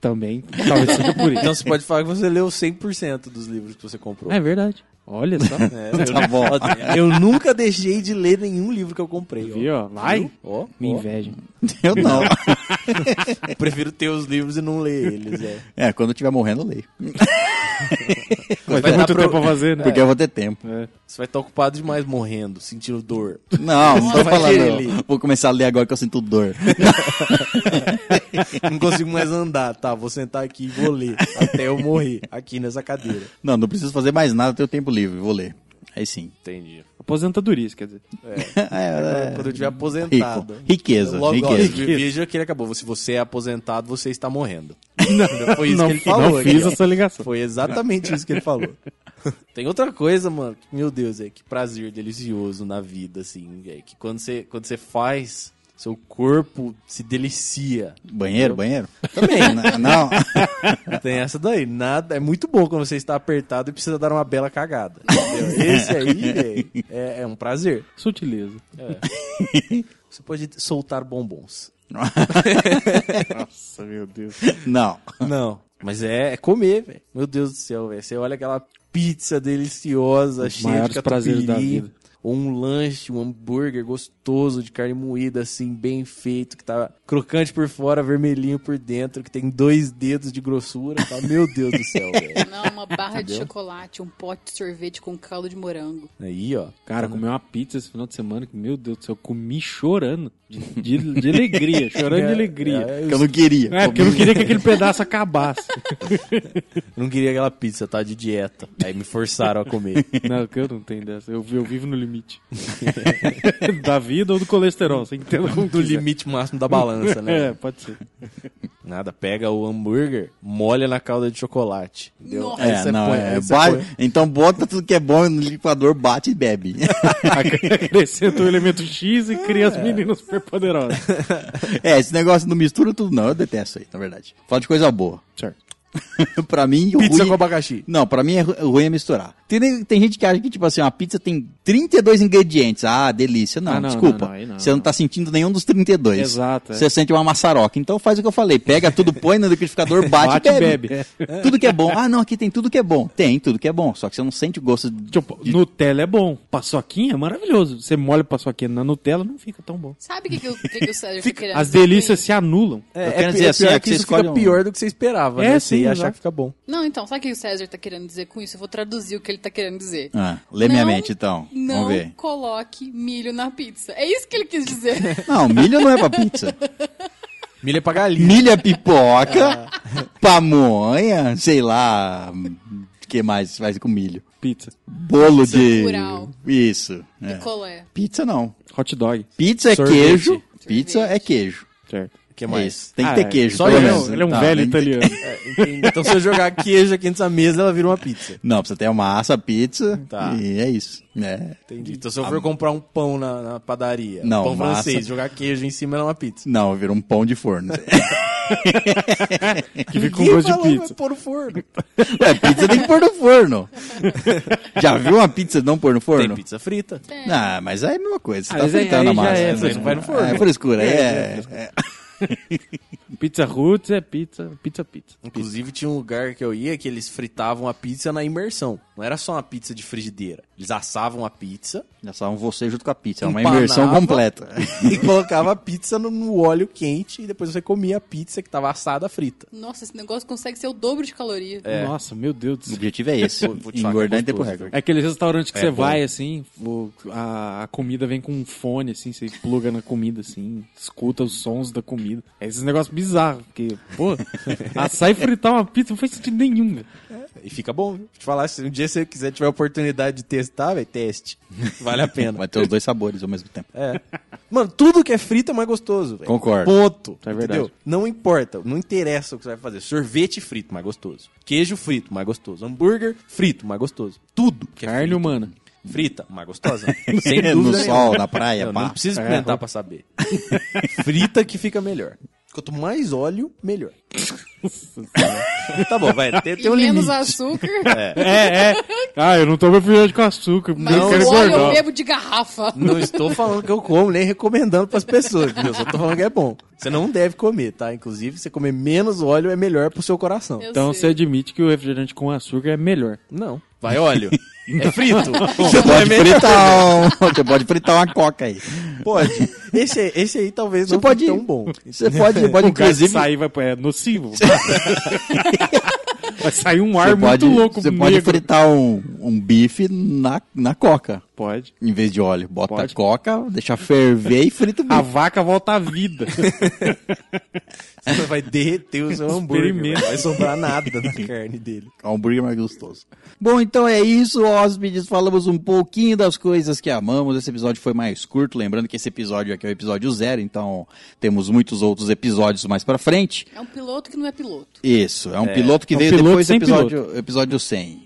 S3: Também. Talvez seja por isso.
S4: Então você pode falar que você leu 100% dos livros que você comprou.
S3: É verdade. Olha só.
S4: É,
S1: Tá bom.
S4: eu, eu nunca deixei de ler nenhum livro que eu comprei. ó.
S3: Viu? ó? Vai.
S4: Ó,
S3: Me
S4: ó.
S3: inveja.
S1: Eu não.
S4: Eu prefiro ter os livros e não ler eles. É.
S1: É, quando eu estiver morrendo, eu leio.
S3: Vai
S4: dar
S3: ter muito
S4: pro-
S3: tempo pra fazer, né?
S1: Porque eu vou ter tempo.
S3: É.
S4: Você vai estar ocupado demais morrendo, sentindo dor.
S1: Não, não tô
S4: Vai
S1: falando.
S4: querer
S1: não.
S4: ler.
S1: Vou começar a ler agora que eu sinto dor.
S4: Não consigo mais andar, tá? Vou sentar aqui e vou ler até eu morrer aqui nessa cadeira.
S1: Não, não preciso fazer mais nada, eu tenho tempo livre, vou ler. Aí sim.
S4: Entendi.
S3: Aposentadoria, isso quer dizer.
S1: É, é.
S4: Quando eu estiver aposentado.
S1: Rico. Riqueza,
S4: Logo,
S1: riqueza.
S4: ó, veja que ele acabou. Se você é aposentado, você está morrendo. Foi isso
S3: não,
S4: que ele falou.
S3: não
S4: aqui,
S3: fiz
S4: ó.
S3: essa ligação.
S4: Foi exatamente isso que ele falou. Tem outra coisa, mano. que, Meu Deus, é que prazer delicioso na vida, assim. É que quando você, quando você faz, seu corpo se delicia.
S1: Banheiro, banheiro? Também, né? Não.
S4: Tem essa daí. Nada, é muito bom quando você está apertado e precisa dar uma bela cagada. entendeu? Esse aí, velho, é, é um prazer.
S3: Sutileza.
S4: Você pode soltar bombons.
S3: Nossa, meu Deus.
S1: Não.
S4: Não. Ah, Mas é, é comer, velho. Meu Deus do céu, velho. Você olha aquela pizza deliciosa, cheia de
S3: maiores prazeres da
S4: catupiry.
S3: vida.
S4: Ou um lanche, um hambúrguer gostoso de carne moída, assim, bem feito, que tá crocante por fora, vermelhinho por dentro, que tem dois dedos de grossura. Tá? Meu Deus do céu, velho.
S5: Não, uma barra de chocolate, um pote de sorvete com caldo de morango.
S4: Aí, ó.
S3: Cara, comi uma pizza esse final de semana que, meu Deus do céu, eu comi chorando. De, de- de alegria, chorando de alegria.
S4: É,
S1: Que eu não queria.
S3: É, porque eu não queria que aquele pedaço acabasse.
S4: Eu não queria aquela pizza, tá? De dieta. Aí me forçaram a comer.
S3: Não, que eu não tenho dessa. Eu, vi- eu vivo no limite. da vida ou do colesterol, você entenda como
S4: Do
S3: quiser.
S4: limite máximo da balança, né?
S3: É, pode ser.
S4: Nada, pega o hambúrguer, molha na calda de chocolate. Entendeu?
S5: Nossa.
S4: Aí
S1: É,
S4: você
S1: não,
S4: põe-
S1: é,
S4: aí você
S1: ba-
S4: põe-
S1: Então bota tudo que é bom no liquidificador, bate e bebe.
S3: Acrescenta o elemento X e cria
S4: É.
S3: as meninas superpoderosas.
S1: é, esse negócio não mistura tudo, não. Eu detesto isso aí, na verdade. Fala de coisa boa.
S3: Certo.
S1: pra mim, o
S4: Pizza
S1: ruim-
S4: com abacaxi.
S1: Não, pra mim é ru- ruim é misturar. Tem, ne- tem gente que acha que, tipo assim, uma pizza tem 32 ingredientes. Ah, delícia. Não,
S3: Ah, não,
S1: desculpa.
S3: não, não, aí não,
S1: você não,
S3: não.
S1: tá sentindo nenhum dos 32.
S3: Exato, é.
S1: Você sente uma maçaroca. Então faz o que eu falei. Pega tudo, põe no liquidificador, bate,
S3: Bate e
S1: e bebe.
S3: bebe.
S1: Tudo que é bom. Ah, não, aqui tem tudo que é bom. Tem tudo que é bom. Só que você não sente o gosto de...
S3: Tipo, Nutella é bom. Paçoquinha é maravilhoso. Você molha paçoquinha na Nutella, não fica tão bom.
S5: Sabe o que, que, o- que que o César fica querendo
S3: As
S5: dizer com
S3: delícias
S5: isso?
S3: se anulam.
S4: É,
S1: quero
S4: é
S1: dizer
S4: pi- é
S1: assim,
S4: pior
S1: é que
S4: que
S1: você
S4: isso
S1: escolhe
S4: fica
S1: um-
S4: pior do que você esperava,
S3: É,
S4: né? Você
S3: sim,
S4: ia achar
S3: exato.
S4: que fica bom.
S5: Não, então, sabe o que o César tá querendo dizer com isso? Eu vou traduzir o que ele tá querendo dizer.
S1: Ah, lê minha
S5: Não-
S1: mente, então.
S5: Não
S1: Vamos ver.
S5: coloque milho na pizza. É isso que ele quis dizer.
S1: Não, milho não é pra pizza.
S4: Milha pra galinha.
S1: Milha pipoca, pamonha, sei lá... O que mais faz com milho?
S3: Pizza,
S1: Bolo de...
S5: Rural.
S1: Isso. é.
S5: Picolé.
S1: Pizza não.
S3: hot dog.
S1: Pizza é
S4: Sorvete.
S1: queijo. Pizza é queijo.
S3: Certo.
S4: O que
S1: É
S4: mais?
S1: isso. Tem que
S3: Ah,
S1: ter
S3: é.
S1: queijo,
S4: Só
S1: pelo
S4: ele é um-
S1: menos.
S3: ele é um
S1: Tá,
S3: velho
S1: tem que ter-
S3: italiano.
S4: É, entendi. então se eu jogar queijo aqui nessa mesa, ela vira uma pizza.
S1: Não, precisa ter massa, pizza
S4: Tá.
S1: e é isso. né?
S4: Entendi. Então se eu for comprar um pão na, na padaria,
S1: Não,
S4: um pão
S1: massa.
S4: francês, jogar queijo em cima era uma pizza.
S1: Não, virou um pão de forno.
S3: Que fica com gosto de
S4: falou,
S3: pizza.
S4: vai pôr no forno.
S1: Ué, É, pizza tem que pôr no forno. Já viu uma pizza não pôr no
S4: Tem
S1: forno?
S4: pizza frita.
S1: Ah, mas aí é a mesma coisa. Você
S3: Ah,
S1: tá
S3: mas aí-
S1: fritando
S3: aí
S1: a
S3: já
S1: massa.
S3: é,
S1: né?
S3: isso aí
S4: não vai no forno.
S1: É frescura. É, é,
S3: Pizza Roots é pizza, pizza, pizza.
S4: Inclusive tinha um lugar que eu ia que eles fritavam a pizza na imersão. Não era só uma pizza de frigideira. Eles assavam a pizza
S1: Já salvam você junto com a pizza. É uma
S4: Empanava.
S1: imersão completa.
S4: e colocava a pizza no, no óleo quente e depois você comia a pizza que tava assada frita.
S5: Nossa, esse negócio consegue ser o dobro de caloria.
S3: Nossa, meu Deus do
S1: O
S3: céu.
S1: objetivo é esse.
S4: Vou- vou te falar que é
S1: Engordar em tempo
S4: gostoso,
S1: recorde.
S3: É aquele restaurante que
S4: É
S3: você
S4: bom.
S3: vai, assim, o- a, a comida vem com um fone, assim, você pluga na comida, assim, escuta os sons da comida. É esses negócios bizarros, porque, pô, assar e fritar uma pizza não faz sentido nenhum, velho.
S4: E fica bom, viu? Vou Te falar, se um dia você quiser tiver a oportunidade de testar, velho, teste. Vale a pena.
S1: Vai ter os dois sabores ao mesmo tempo.
S4: É. Mano, tudo que é frito é mais gostoso, velho.
S1: Concordo.
S4: Ponto.
S3: É
S4: entendeu?
S3: verdade.
S4: Não importa, não interessa o que você vai fazer. Sorvete frito, mais gostoso. Queijo frito, mais gostoso. Hambúrguer frito, mais gostoso. Tudo que é
S3: Carne
S4: frito.
S3: humana.
S4: Frita, mais gostosa. Sem
S1: No
S4: dúvida nenhuma.
S1: sol, na praia,
S4: Não,
S1: pá.
S4: não precisa experimentar pra saber. É Frita que fica melhor. Quanto mais óleo, melhor. tá bom, vai. Tem,
S5: E
S4: tem um
S5: menos
S4: limite.
S5: açúcar.
S3: É, é. Ah, eu não tomo refrigerante com açúcar, porque
S5: Mas
S3: eu quero
S5: o óleo eu
S3: engordar.
S5: bebo de garrafa.
S4: Não estou falando que eu como, nem recomendando pras pessoas, entendeu? Só tô falando que é bom. Você não deve comer, tá? Inclusive, você comer menos óleo é melhor pro seu coração.
S5: Eu
S3: Então você
S5: sei.
S3: admite que o refrigerante com açúcar é melhor.
S4: Não. Vai óleo. é frito.
S1: Você pode fritar um- Você pode fritar uma coca aí.
S4: Pode. Esse, aí- esse aí talvez
S1: Você
S4: não
S1: pode-
S4: pode... tão bom.
S1: Você pode, pode
S3: O gás de
S1: inclusive.
S3: sair vai, é nocivo. vai sair um ar
S1: Você
S3: muito
S1: pode,
S3: louco,
S1: você pode
S3: negro.
S1: fritar um, um bife na, na coca,
S3: Pode.
S1: em vez de óleo. Bota
S3: Pode.
S1: a coca, deixa ferver e frita o
S3: A
S1: bife.
S3: vaca volta à vida.
S4: Você vai derreter o seu hambúrguer.
S3: Experimenta.
S4: Não vai sobrar nada na carne dele.
S1: É um hambúrguer mais gostoso. Bom, então é isso, hóspedes. Falamos um pouquinho das coisas que amamos. Esse episódio foi mais curto. Lembrando que esse episódio aqui é o episódio zero, então temos muitos outros episódios mais pra frente.
S5: É um piloto que não é piloto.
S1: Isso, é um piloto que
S3: é um
S1: veio
S3: piloto
S1: depois do
S3: sem
S1: episódio, episódio 100.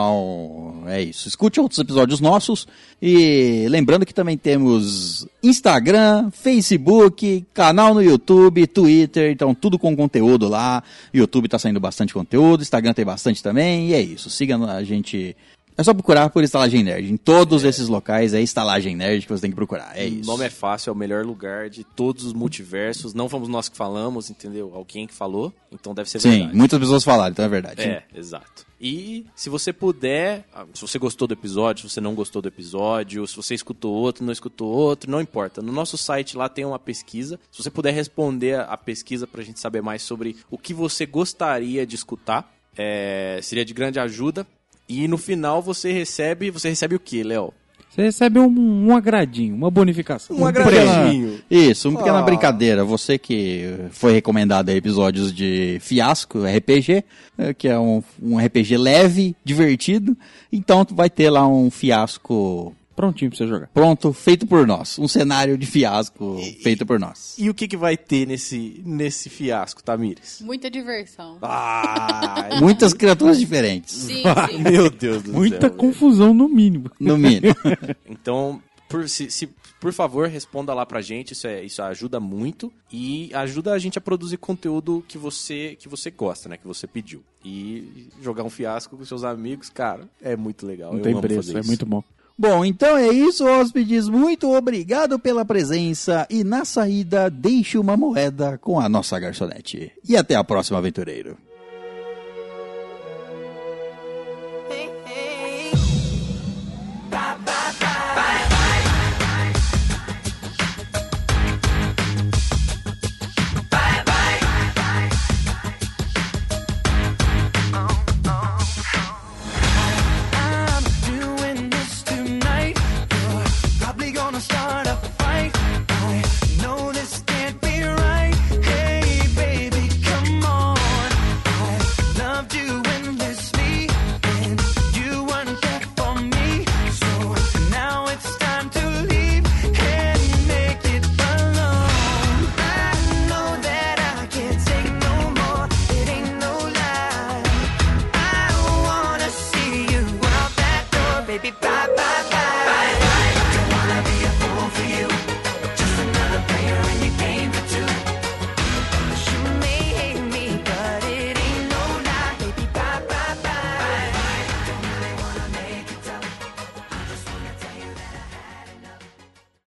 S1: Então, é isso. Escute outros episódios nossos. E lembrando que também temos Instagram, Facebook, canal no YouTube, Twitter. Então, tudo com conteúdo lá. YouTube tá saindo bastante conteúdo, Instagram tem bastante também. E é isso. Siga a gente. É só procurar por Estalagem Nerd. Em todos esses locais é Estalagem Nerd que você tem que procurar. É
S4: O
S1: isso.
S4: nome é fácil, é o melhor lugar de todos os multiversos. Não fomos nós que falamos, entendeu? Alguém que falou, então deve ser
S1: Sim,
S4: verdade.
S1: muitas pessoas falaram, então é verdade.
S4: É, exato. E se você puder, ah, se você gostou do episódio, se você não gostou do episódio, se você escutou outro, não escutou outro, não importa. No nosso site lá tem uma pesquisa. Se você puder responder a- a pesquisa pra gente saber mais sobre o que você gostaria de escutar, é, seria de grande ajuda. E no final você recebe, você recebe o que, Léo?
S3: Você recebe um, um agradinho, uma bonificação.
S4: Um
S3: prêmio.
S4: agradinho.
S1: Isso, uma pequena
S4: Ah.
S1: brincadeira. Você que foi recomendado aí episódios de fiasco, RPG, eh, que é um, um RPG leve, divertido. Então tu vai ter lá um fiasco
S3: Prontinho pra você jogar.
S1: pronto, feito por nós. Um cenário de fiasco feito por nós.
S4: E o que, que vai ter nesse, nesse fiasco, Tamires?
S5: Muita diversão.
S4: Ah,
S1: Muitas criaturas diferentes,
S5: Sim, sim.
S4: meu Deus do
S3: Muita
S4: céu.
S3: confusão, no mínimo.
S1: no mínimo.
S4: Então, Por, se, se- por favor, responda lá pra gente, isso, é, isso ajuda muito e ajuda a gente a produzir conteúdo que você, que você gosta, né? Que você pediu. E jogar um fiasco com seus amigos, cara, é muito legal.
S3: Não
S4: Eu
S3: tem
S4: amo
S3: preço,
S4: fazer
S3: é
S4: isso.
S3: muito bom.
S1: Bom, então é isso, hóspedes. Muito obrigado pela presença e na saída deixe uma moeda com a nossa garçonete. E até a próxima, aventureiro.